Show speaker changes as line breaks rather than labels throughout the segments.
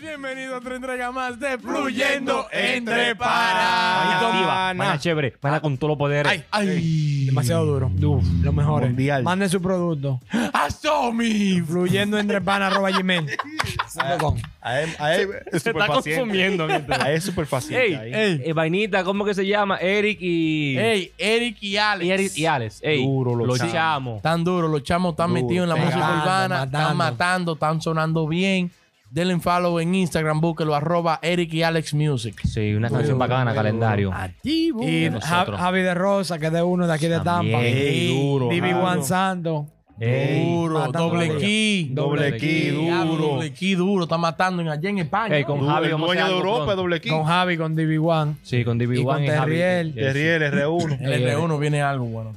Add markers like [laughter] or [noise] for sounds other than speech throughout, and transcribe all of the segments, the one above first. Bienvenido a otra entrega más de Fluyendo
Entre
Entre
Panas.
Panas.
Activa, pana chévere, pana con todos los poderes.
Ay,
Ay,
Demasiado duro. Los mejores.
Mundial.
Manden su producto.
Asomi.
Fluyendo entre pana arroba gmail. com.
A él, a él es
se
super
está
[laughs]
consumiendo.
A él es super
Ey,
paciente.
ey. Eh, vainita, ¿cómo que se llama? Eric
[laughs]
y.
Ey, Eric y Alex.
y Eric y Alex. Ey,
Duro, los
los
chamos.
chamos.
Están duros, los chamos están
Duro.
metidos en la
Pegando,
música urbana, están
matando.
matando, están sonando bien. Denle un follow en Instagram, búsquelo, arroba Eric y Alex Music.
Sí, una canción bacana, calendario.
Y
Nosotros.
Ja- Javi de Rosa, que es de uno de aquí de Tampa.
Ey, duro.
Divi
ajá.
Juan Santos.
Ey.
duro,
matando
doble
duro.
key.
Doble Ki,
Diablo,
duro.
Doble key duro, está matando en, allá en España.
Ey, con
Duro,
Javi,
el
vamos a
dueño de
hacer algo
Europa,
pronto.
doble King.
Con Javi, con Divi Juan.
Sí, con DB1
Y con
y Javi.
Terriel.
Sí, sí.
Terriel, R1.
[laughs] El R1 viene algo bueno.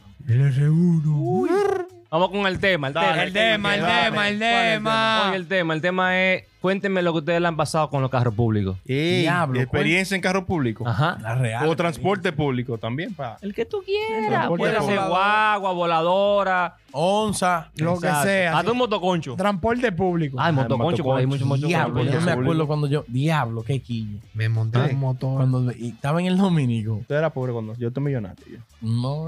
Vamos con el tema, el tema.
El tema, el
Dale.
tema, el
Oye,
tema.
el tema, el tema es, cuéntenme lo que ustedes le han pasado con los carros públicos.
Ey,
Diablo,
experiencia en carro público.
Ajá.
La real.
O transporte público también. Pa.
El que tú quieras.
transporte
Puede ser
volador.
guagua, voladora.
Onza.
Lo que
Exacto.
sea.
Hasta un motoconcho.
Transporte público.
Ah, el motoconcho, porque hay mucho
Diablo,
motoconcho.
yo me
Público.
acuerdo cuando yo. Diablo, qué quillo.
Me monté
en
en motor.
Cuando y estaba en el Dominico.
Usted era pobre cuando yo te millonario. yo.
No,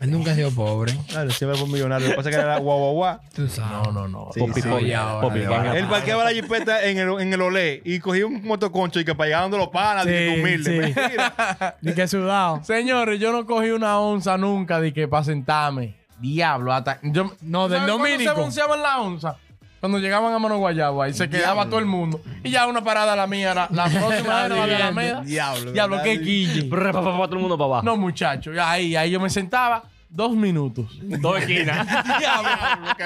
Él nunca ha sido pobre.
Claro, siempre fue millonario. Lo que pasa es que era guau, guau, guau.
Tú sabes.
no, no. no.
Sí,
Popi,
sí.
popi,
ahora,
popi,
ya.
van a-
Él parqueaba la jipeta en el, en el Olé y cogía un motoconcho y que para llegando los panas,
Sí,
dije que humilde.
sí.
Mentira.
Ni Ah,
[laughs]
que sudado.
Señores, yo no cogí una onza nunca de que para sentarme. Diablo, hasta. Yo,
No, del
¿Sabes cuándo
Dominico.
se anunciaban la onza? Cuando llegaban a Mano Guayaba y se quedaba todo el mundo. Y ya una parada la mía era [laughs] la próxima era la de Alameda.
Diablo.
Diablo,
¿verdad?
qué quille.
Brr, pa, pa, pa, Todo el mundo para abajo.
No, muchacho. Ahí, ahí yo me sentaba dos minutos. [laughs]
Dos esquinas.
Diablo,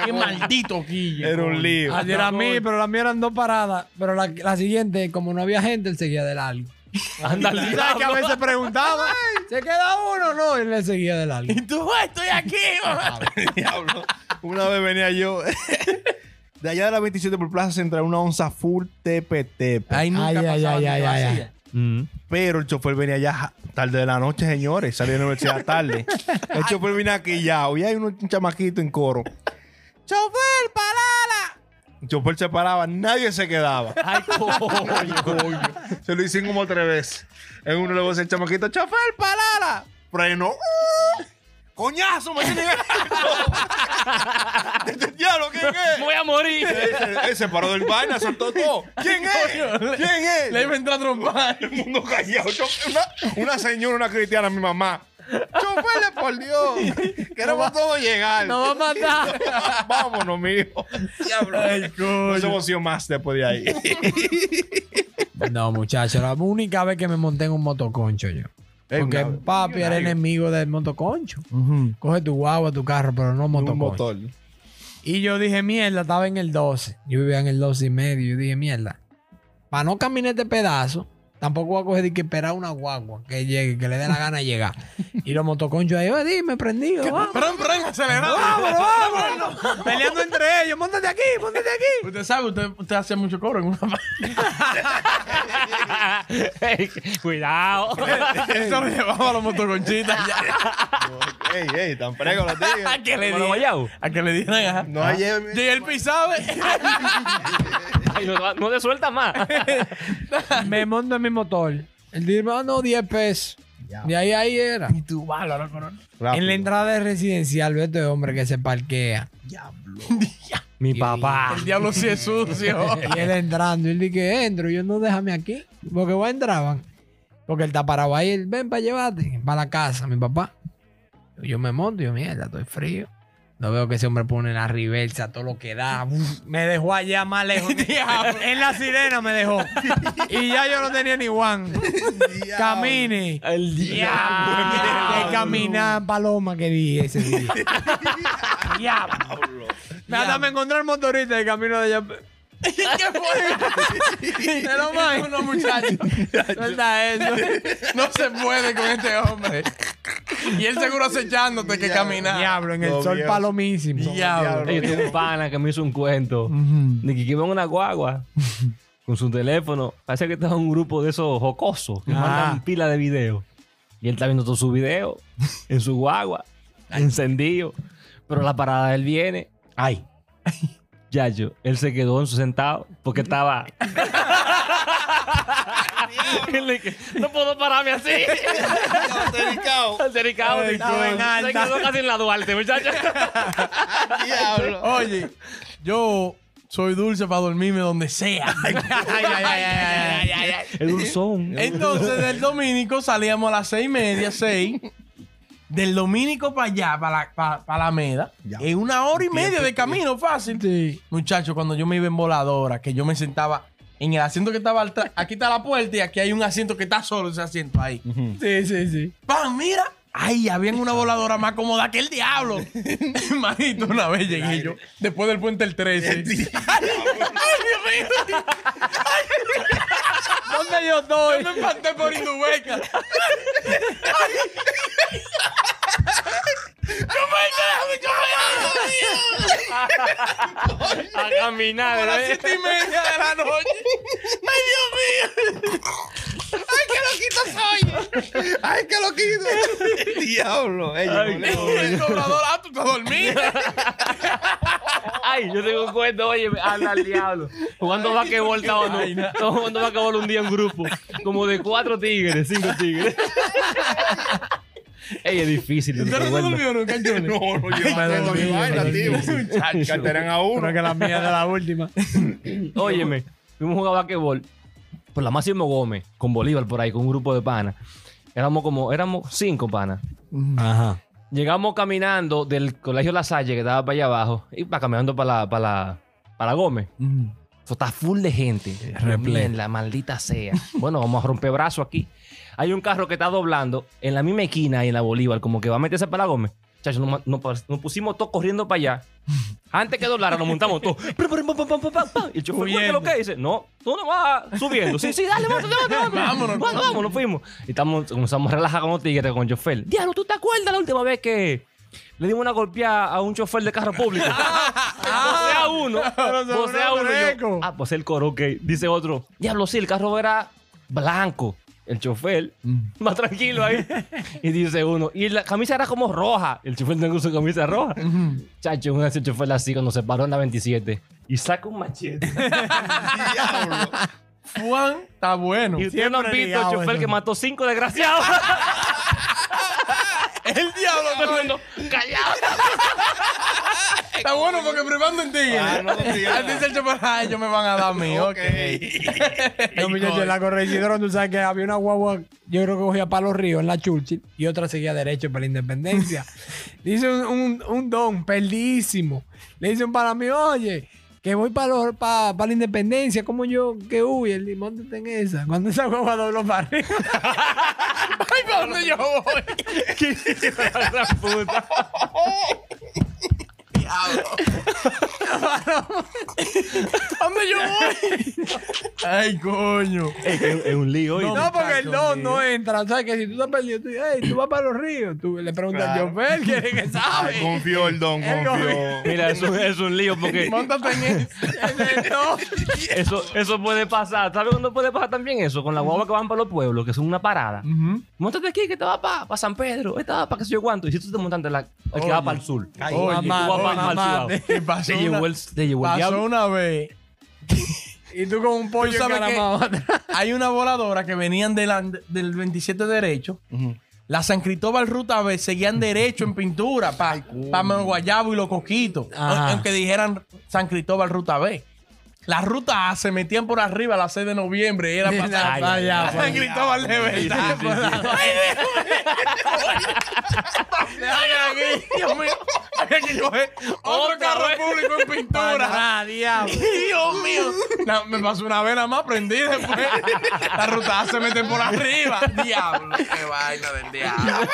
qué maldito quille.
Era un
[laughs]
lío.
Ayer era a mí, pero la mía eran dos paradas. Pero la, la siguiente, como no había gente, él seguía de largo.
Anda al
Y sabes que a
diablo.
veces preguntaba, ¿se queda uno o no? Y le seguía de largo.
Y tú, estoy aquí, mamá.
[laughs] Diablo. Una vez venía yo [laughs] de allá de la 27 por Plaza Central, una onza full TPT.
Ahí nunca
Ay, ay,
pasaba
ay,
ni
ay,
vacía.
ay, ay.
Mm.
Pero el chofer venía ya ja- tarde de la noche, señores. Salí de la universidad tarde. El chofer vino aquí ya. Y hay un chamaquito en coro. ¡Chofer, parala! El chofer se paraba, nadie se quedaba.
Ay, coño.
Se lo hicieron como tres veces. En uno luego se el chamaquito, ¡Chofer, parala! Freno. ¡Uh! ¡Coñazo! ¡Me tiene [laughs] ¡Diablo, quién es!
Voy a morir.
Ese, ese paró del vaina, soltó todo. Oh, [laughs] ¿Quién es? ¿Quién es?
Le iba a entrar a trompar.
El mundo callado. Yo- Una, una señora, una cristiana, mi mamá. Chupele, por Dios. Queremos todos llegar.
Nos va a matar.
[laughs] Vámonos, mijo.
Ay, coño.
No se emocionó más después de [laughs] ahí.
[laughs] No, muchacho, la única vez que me monté en un motoconcho yo.
Ey,
Porque
una-
papi era
millonario.
enemigo del motoconcho. Coge tu guagua, tu carro, pero no
Un
motoconcho.
motor.
Y yo dije, mierda, estaba en el 12. Yo vivía en el 12 y medio. Yo dije, mierda, para no caminar este pedazo, tampoco voy a coger de que esperar una guagua que llegue, que le dé la gana de llegar. y los motoconchos ahí, oye, dime, prendido, vamos.
Pren, pren, acelerado.
Vámonos, vámonos. Peleando entre ellos. Móntate aquí, móntate aquí.
Usted sabe, usted, usted hace mucho coro en una
[laughs]
Ey, [laughs] Cuidado.
Eso lo llevaba a los
[laughs]
motoconchitas. ya.
Ey, ey, tan prego los tíos.
[laughs] a que le
¿Cómo lo
dieran.
guayao?
A que le dieran. ajá.
No hay
Llegué el pisabe.
[laughs] Ay, no, no te sueltas más.
Me monto en mi motor. El dirme, ah, no, 10 pesos. De ahí a ahí era.
Y tú, bala, loco, no.
En la entrada de residencial, ve este hombre que se parquea.
Mi
Ah.
papá.
El diablo sí es sucio.
[laughs] Y él entrando, y él dije, entro, y yo no déjame aquí, porque voy a entraban. Porque él está parado ahí, él ven para llevarte, para la casa, mi papá. Yo me monto, y yo mierda, estoy frío. No veo que ese hombre pone la reversa, todo lo que da. Uf, me dejó allá más
[laughs]
lejos. en la sirena me dejó. Y ya yo no tenía ni Juan. Camine.
El
Que caminar paloma que dije ese día. Me hasta me encontré el motorista de camino de allá.
[laughs]
¿Qué fue? [laughs] lo más.
No, muchacho.
Suelta eso.
[laughs] No se puede con este hombre. Y él seguro acechándote que caminar.
Diablo, en el
No,
sol
Dios.
palomísimo.
Diablo.
Diablo.
[laughs] Yo tengo un pana que me hizo un cuento de que iba en una guagua con su teléfono. Parece que estaba en un grupo de esos jocosos que
Ah.
mandan pila de video. Y él está viendo todo su video en su guagua, encendido. Pero la parada de él viene. [laughs] Ay. Yayo, él se quedó en su sentado porque estaba Le dije, no puedo pararme así. [laughs]
[laughs] Delicado.
El delicado.
Ay,
Se
coño.
quedó casi en la Duarte, [laughs] muchachos.
Diablo.
Oye, yo soy dulce para dormirme donde sea.
El dulzón.
Entonces, del dominico salíamos a las seis y media, seis. Del dominico para allá, para la, para, para la Meda,
Ya.
es una hora y media de camino fácil.
Sí.
Muchachos, cuando yo me iba en voladora, que yo me sentaba en el asiento que estaba atrás, aquí está la puerta y aquí hay un asiento que está solo ese asiento ahí.
Sí, sí, sí.
¡Pam! ¡Mira! ¡Ay! Habían una voladora más cómoda que el diablo.
[laughs]
Manito, una vez llegué yo, después del puente el 13. ¡Ay, Dios mío!
¿Dónde yo estoy?
Me espanté por Indubeca. ¡Yo me yo
A
me- a
caminar,
las
¿eh?
siete y media de la noche! ¡Ay, Dios mío! ¡Ay, qué loquito soy!
Ay, qué loquito. [laughs] Diablo. Ey,
Ay,
yo-
El cobrador, ah, tú te dormiste.
Ay, yo tengo un cuento, oye, anda al diablo. Jugando basquetbol, estaba no. Estaba jugando basquetbol un día en grupo. Como de cuatro tigres, cinco [laughs] tigres. Ey, es difícil. yo
¿Usted
te
no se
cuento.
durmió nunca, Chole?
No, no, yo
me
me
dormí,
mi vaina,
me
tío.
dormí.
Cantarán a uno.
Creo que la mía era la última.
Óyeme, fuimos a jugar basquetbol por la Máximo Gómez, con Bolívar por ahí, con un grupo de panas. Éramos como, éramos cinco panas.
Mm. Ajá.
Llegamos caminando del colegio La Salle, que estaba para allá abajo, y va caminando para la, para la, para la Gómez. Eso está full de gente.
Mm. repleto.
La maldita sea. Bueno, vamos a romper brazos aquí. Hay un carro que está doblando en la misma esquina ahí en la Bolívar, como que va a meterse para la Gómez. Chacho, nos, nos- nos pusimos todos corriendo para allá. Antes que doblara, nos montamos [laughs] todos. Pam, pam, pam, pam, pam, pam, pam. Y el chofer, ¿qué es lo que dice? No, tú no vas subiendo. Sí, sí, dale, vámonos, vámonos, vámonos. Bueno, vámonos, nos fuimos. Y estamos, comenzamos a relajar con los tigres, con el chofer. Diablo, ¿tú te acuerdas la última vez que le dimos una golpeada a un chofer de carro
[laughs]
público?
Ah,
Vocea uno. Vocea uno. y yo, ah, pues el coro, ok. Dice otro. Diablo, sí, el carro era blanco. El chofer,
Mm.
más tranquilo
[laughs]
ahí. Y dice uno. Y la camisa era como roja. El chofer no usa camisa roja.
Mm-hmm.
Chacho, una vez el chofer así cuando se paró en la 27. Y saca un machete.
[laughs]
Diablo.
Juan está bueno.
Y ustedes no han
Siempre
visto al
ligado
chofer
eso.
que mató cinco
[laughs]
desgraciados. [laughs]
El diablo
Todo el mundo,
[laughs]
callado. [laughs]
está bueno porque privando en tigre.
Ah, no, no, tigre.
Dice el chofer, ay, ellos me van a dar mío.
Ok.
Okay.
Yo, muchacho, en la corregidora, tú sabes que había una guagua, yo creo que cogía para los ríos en la Churchill y otra seguía derecho para la independencia. Dice un, un- un don, perdidísimo. Le dice un para mí, oye, que voy para los, pa- pa la independencia, como yo, que uy, el limón está en esa. Cuando esa guagua dobló para arriba.
Ay, ¿para dónde yo voy?
La puta.
¿A dónde yo voy? Ay, coño.
Ey, que Es es un lío. oíste.
No, porque el don no entra. O sea, que si tú estás perdido, tú, dices, "Ey, tú vas para los ríos. Tú le preguntas
Claro.
Ah.
al chofer, ¿quién es pues, que sabe?
Ay, Confió el don,
Él
confió.
Mira, eso es un lío
[laughs]
porque
Móntate en ese.
Ese don.
eso, eso puede pasar. ¿Sabes cuándo puede pasar también eso? Con la guagua que van para los pueblos, que son una parada. Móntate aquí, que te va para San Pedro, esta va para que sé yo cuánto. Y si tú te montas ante la el que va para el sur.
Ay,
Oye,
tú vas para
mamá,
el mal
te-
ciudad.
[laughs] ¿Qué pasó?
Te llevó el, te llevó el
Pasó
diablo.
una vez.
Y tú con un pollo
Tú sabes que-
encaramado atrás.
[laughs] Hay una voladora que venían del, and- del 27 derecho. La San Cristóbal Ruta B seguían derecho en pintura para pa Mano Guayabo y Los Coquitos.
Ajá.
Aunque dijeran San Cristóbal Ruta B. La ruta A se metían por arriba a las 6 de noviembre. [laughs] y Era para
Ay, ay, ay,
San
ay.
Cristóbal de verdad. Ay, Déjame aquí. Dios mío. Había que coger otro
Otra
carro
vez.
público en pintura.
Ah, diablo.
Dios mío. Na- me pasó una vez nada más, prendí después. La ruta A se mete por arriba. Diablo, qué vaina del diablo.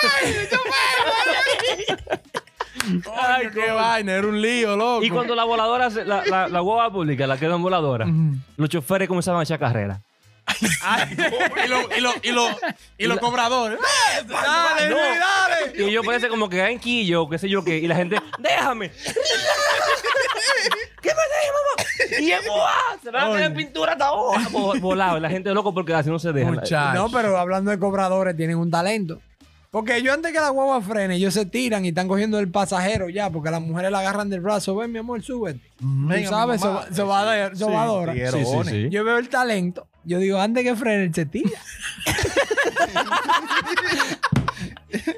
Ay, qué vaina, era un lío, loco.
Y cuando la voladora, se- la, la, la guagua pública, la quedan voladora, los choferes comenzaban a echar carrera.
Ay, y los y lo, y lo- y los cobradores. ¡Eh, Dale,
No.
Luis, dale.
Y yo parece como que en quillo, qué sé yo qué, y la gente, déjame. [laughs] ¿Qué me dejes, mamá? Y es boa, se va a hacer
Oye.
pintura hasta boa. [laughs] Bo- Volado, la gente loco porque así no se deja.
Muchacho.
No, pero hablando de cobradores, tienen un talento. Porque ellos antes que la guagua frene, ellos se tiran y están cogiendo el pasajero ya, porque las mujeres la agarran del brazo. Ven, mi amor, súbete. Tú
Venga, mi
sabes,
mamá.
soba- soba- sobadora.
Tierones.
sí.
Yo veo el talento Yo digo, antes que frene el chetilla.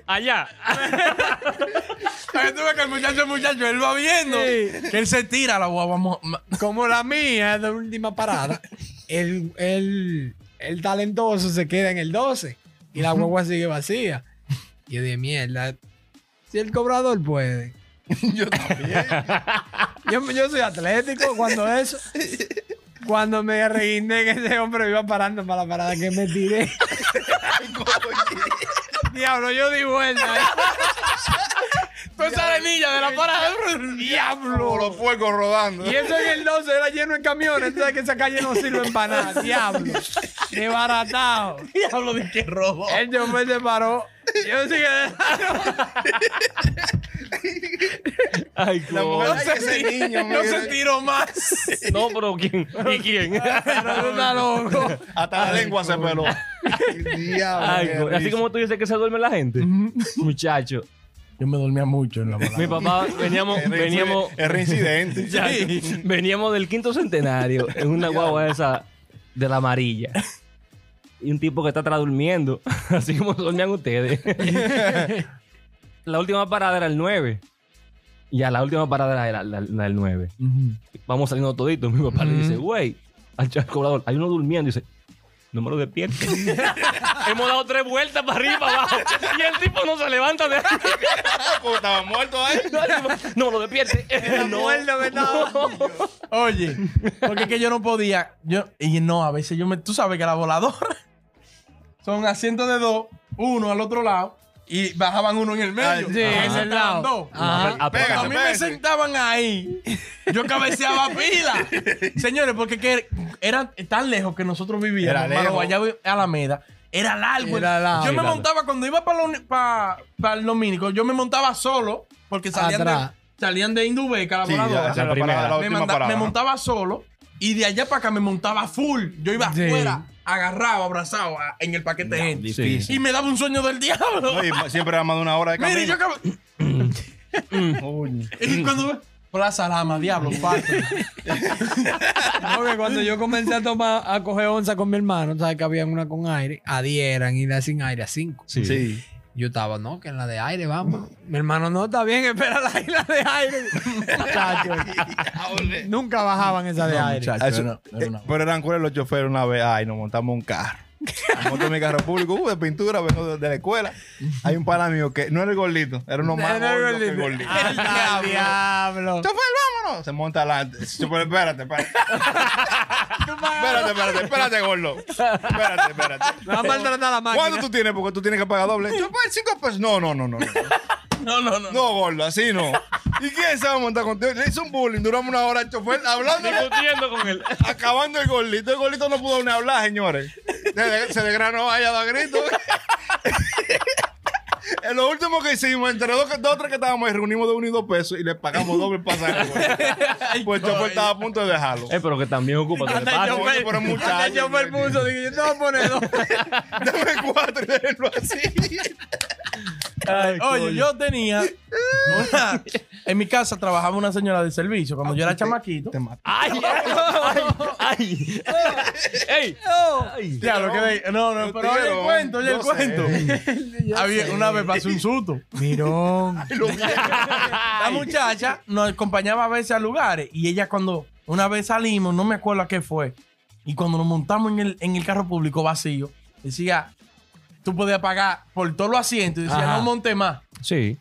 Allá.
Para que tú veas que el muchacho, el muchacho, él va viendo
Sí.
que él se tira a la guagua. mo- ma-
Como la mía de última parada. El, el, el talentoso se queda en el 12 y la guagua sigue vacía. Yo dije, mierda, si el cobrador puede.
[laughs] Yo también.
[laughs] Yo, yo soy atlético cuando eso. Cuando me reguindé que ese hombre iba parando para la parada que me
[laughs]
tiré. Diablo, yo di vuelta. ¿eh?
Toda esa arenilla de la [laughs] parada.
Con
Diablo.
los fuegos rodando.
Y eso en el 12 era lleno de camiones. Entonces que esa calle no sirve para [laughs] nada. Diablo. [laughs] Desbaratado.
Diablo de qué robo.
El chofer se paró. Yo sí que...
[laughs] Ay,
La
co-
mujer-
No
Ay,
se,
ese
ti-
niño,
no
mira.
se tiró más.
No, pero ¿quién? ¿Y
[laughs]
quién?
Pero tú estás loco.
Hasta la lengua se peló.
Diablo.
Ay,
qué
co- así
risa.
como tú dices que se duerme la gente. Muchacho,
Yo me dormía mucho en la parada.
mi papá, veníamos,
Es re-
veníamos,
Es reincidente.
Ya, [laughs] veníamos del quinto centenario en una guagua esa de la amarilla. Y un tipo que está atrás durmiendo, [laughs] así como dormían ustedes. la última parada era el 9. Ya, la última parada era la, la- la del 9. Vamos saliendo toditos. Mi papá le dice, güey, al chaval cobrador, hay uno durmiendo. Y dice, no me lo despiertes. Hemos dado tres vueltas para arriba, para abajo. Y el tipo no se levanta de
Como Ah, estaba muerto ahí.
[laughs] No me lo despierte. [laughs] No.
Muerto, ¿verdad?
Oye, porque es que yo no podía. Yo, y no, a veces yo me. Tú sabes que la voladora son asientos de dos, uno al otro lado, y bajaban uno en el medio.
Ah, sí,
Y
en
sentaban
el lado.
dos.
Ajá.
Ah,
Cuando a mí me
Pégase,
sentaban ahí, yo cabeceaba pila. Señores, porque que era tan lejos que nosotros vivíamos,
Era lejos.
Guayabo y Alameda. Era largo.
Era largo.
Yo me
Era
montaba, cuando iba para el dominico, yo me montaba solo, porque salían
Atrás.
de, salían de Indubeca, la
Sí, ya,
voladora.
esa era la
primera.
parada, la
me,
última
manda-
parada,
me
¿no?
montaba solo y de allá para acá me montaba full. Yo iba
Sí.
afuera, agarrado, abrazado a- en el paquete de gente.
difícil.
Y me daba un sueño del diablo.
No, y ma- siempre era más de una hora de camino.
Mire, yo
[laughs]
acabo-
Coño.
Y cuando. Plaza Lama, diablo, falta.
No, que cuando yo comencé a tomar, a coger onza con mi hermano, sabes que había una con aire, a 10 eran y la sin aire a 5.
Sí.
Sí.
Yo estaba, no, que en la de aire, vamos. Mi hermano, no, está bien, espera la isla de aire. Muchacho, Nunca bajaban esa de aire.
muchacho.
Eso-
Era- era una-
eh, pero eran cuáles los choferes una vez. Ay, nos montamos un carro. Monté mi carro público uh, de pintura, vengo de, de la escuela. Hay un pana mío que no era el gordito, era uno más
Era el
gordo que el
gordito.
gordito. [laughs]
Anda, diablo.
¡Chofer, vámonos! Se monta adelante. Chofer, espérate,
[laughs]
espérate. espérate, espérate, espérate, gordo. Espérate, espérate.
Me va a maltratar la máquina.
¿Cuánto tú tienes? Porque tú tienes que pagar doble. Chofer, cinco pesos. No, no, no, no. no.
No, no, no.
No, gordo, así no. ¿Y quién se va a montar contigo? Le hizo un bullying, duramos una hora el chofer hablando,
Discutiendo con él.
acabando el gordito. El gordito no pudo ni hablar, señores. Se, se desgranó allá a gritos. [laughs] Eh, Lo último que hicimos, entre dos, dos o tres que estábamos, ahí, reunimos de uno y dos pesos y le pagamos doble el pasaje. al gordito.
Ay,
Pues el chofer
coño.
estaba a punto de dejarlo.
Eh, pero que también ocupa que le
Hasta yo
pase.
me- Oye, pero muchacho,
Hasta yo me puso, dije, yo te voy a poner dos.
[laughs] Dame cuatro y déjenlo así.
Ay, Oye, yo tenía. una- en mi casa trabajaba una señora de servicio cuando
Ah,
yo era chamaquito.
[laughs] ¡Ay! ¡Ay! ¡Ay! ¡Ey! ¡Ay!
Ya, lo que de- No, no,
Yo
pero oye el
quiero,
cuento, oye el
yo
cuento. Había, una vez pasó un susto. Mirón. La muchacha nos acompañaba a veces a lugares y ella cuando una vez salimos, no me acuerdo a qué fue, y cuando nos montamos en el, en el carro público vacío, decía, tú podías pagar por todos los asientos y decía,
Ajá.
no monte más.
Sí.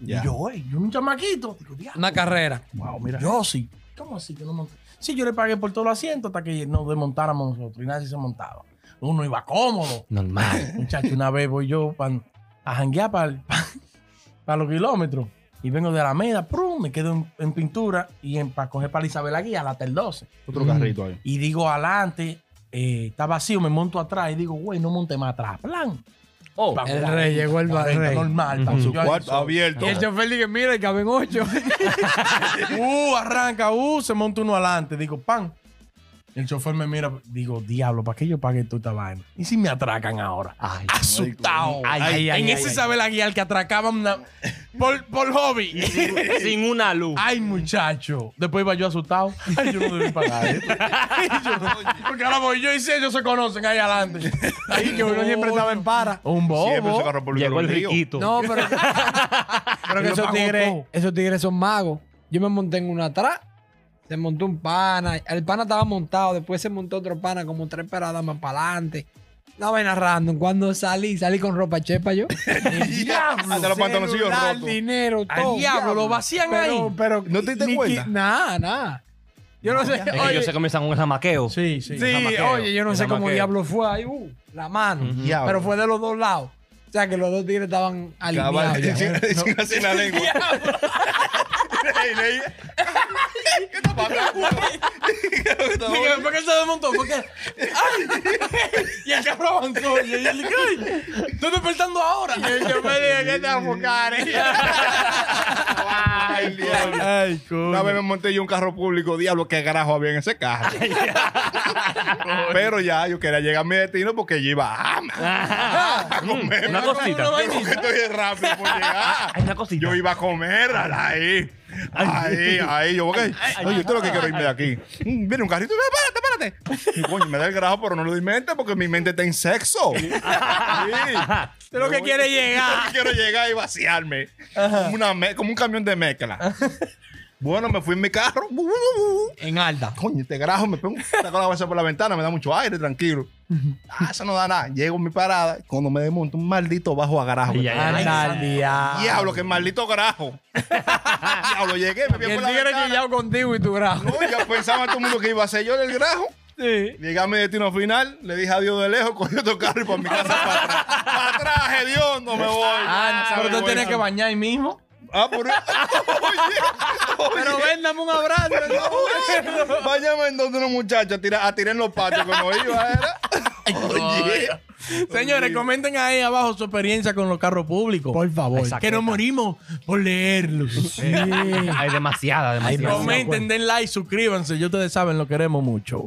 Y yo, güey, yo un chamaquito. Digo, diablo,
Una carrera.
wow, mira. Yo sí. ¿Cómo así que no monté? Sí, yo le pagué por todos los asientos hasta que nos desmontáramos nosotros y nadie se montaba. Uno iba cómodo.
Normal.
Muchacho, una vez voy yo pa- a janguear [laughs] para los kilómetros. Y vengo de Alameda, ¡prum! me quedo en, en pintura y para coger para Isabel Aguía hasta el 12.
Otro carrito ahí.
Y digo, adelante, eh, está vacío, me monto atrás y digo, güey, no monte más atrás. Plan.
Oh,
Pa'
El
guay,
rey, llegó el
pa'
rey.
renta Normal, pa'
Ujú.
yo
Su
ahí
cuarto
solo.
abierto.
Y el chofer dije, mira, y caben ocho.
Uh, arranca, uh, se monta uno adelante. Digo, pan. El chofer me mira, digo, diablo, ¿para qué yo pagué tú esta vaina? ¿Y si me atracan ahora?
Ay,
Asustado.
Ay, ay, ay,
en
ay,
ese
ay.
Isabel Aguilar que atracaban na- por, por hobby.
[laughs] sin una luz.
[laughs] Ay, muchacho. Después iba yo asustado. Ay, yo no debí pagar esto. Yo no- porque ahora voy yo y si ellos se conocen ahí adelante. Ahí que uno siempre estaba en para. Un
Siempre se
bobo.
agarró por
Llegó el
los ríos. [laughs]
riquito.
No, pero, pero que
Yo
esos
pago
tigres,
todo.
esos tigres son magos. Yo me monté en una atrás. Se montó un pana. El pana estaba montado. Después se montó otro pana, como tres paradas más para adelante. Una vaina random. Cuando salí, salí con ropa chepa
[laughs]
yo.
Diablo. Hasta los pantaloncillos
Celular,
rotos.
dinero, todo.
Al diablo, lo vacían ahí.
Pero, pero,
¿No te diste
ni
cuenta? [laughs]
qui- Nada, nada. Yo no sé.
Es que
oye,
ellos se comienzan un jamaqueo.
Sí, sí.
sí,
jamaqueo,
oye, yo no
el
sé cómo
jamaqueo.
diablo fue ahí. uh, la mano.
Diablo.
Pero fue de los dos lados. O sea, que los dos tigres estaban alineados.
[laughs]
Cabal,
ya.
sin- sin así la
[laughs]
lengua. Ley, ley. ¿Qué está pasando?
Porque después que él se desmontó, porque. ¡Ay! [laughs] Y el carro avanzó. Y yo dije, ¡ay! Estoy despertando ahora. Y el chofer dije, ¿qué te va a enfocar?
Ay, diablo.
Ay,
Una vez me monté yo en un carro público, diablo, qué carajo había en ese carro.
[laughs]
Pero ya, yo quería llegar a mi destino porque yo iba ah, ma- a comer.
Una cosita.
Yo creo que estoy rápido por
Ay, una
llegar.
cosita.
Yo iba a comer ahí. Ahí, ahí. Yo, porque, oye, esto es lo que quiero irme de aquí. Mm, Viene un carrito, párate, párate. Y coño, me da el grajo, pero no lo di mente porque mi mente está en
[laughs]
sexo. Sí.
Tú lo que quieres es llegar.
Quiero llegar y vaciarme. Como, una me- como un camión de mezcla. Bueno, me fui en mi carro. Bu, bu, bu, bu.
En alta.
Coño, este grajo me pongo, saco la cabeza por la ventana, me da mucho aire, tranquilo. Ah, eso no da nada. Llego a mi parada, cuando me desmonto un maldito bajo a garajo.
Ay, ay, ay.
Anda al diablo.
Diablo, que maldito
[laughs]
grajo. Diablo, llegué, me vi
Ah. Y
por
el
la
tigre
ventana.
chillado contigo y tu grajo.
No, ya pensaba todo el mundo que iba a ser yo el grajo.
Sí.
Llegué a mi destino final, le dije adiós de lejos, cogí otro carro y para mi casa para atrás. Para atrás, Dios, no me voy.
Ah, pero tú tienes que bañar ahí mismo.
Ah, por [laughs]
[laughs]
Pero ven, dame un abrazo.
Váyame entonces una muchacha a tirar, a tirar en los patios que no iba, era. Oye.
Señores, comenten ahí abajo su experiencia con los carros públicos.
Por favor.
Exacto.
Que nos morimos por leerlos.
Hay demasiada, demasiada.
Comenten, den like, suscríbanse. Yo ustedes saben, lo queremos mucho.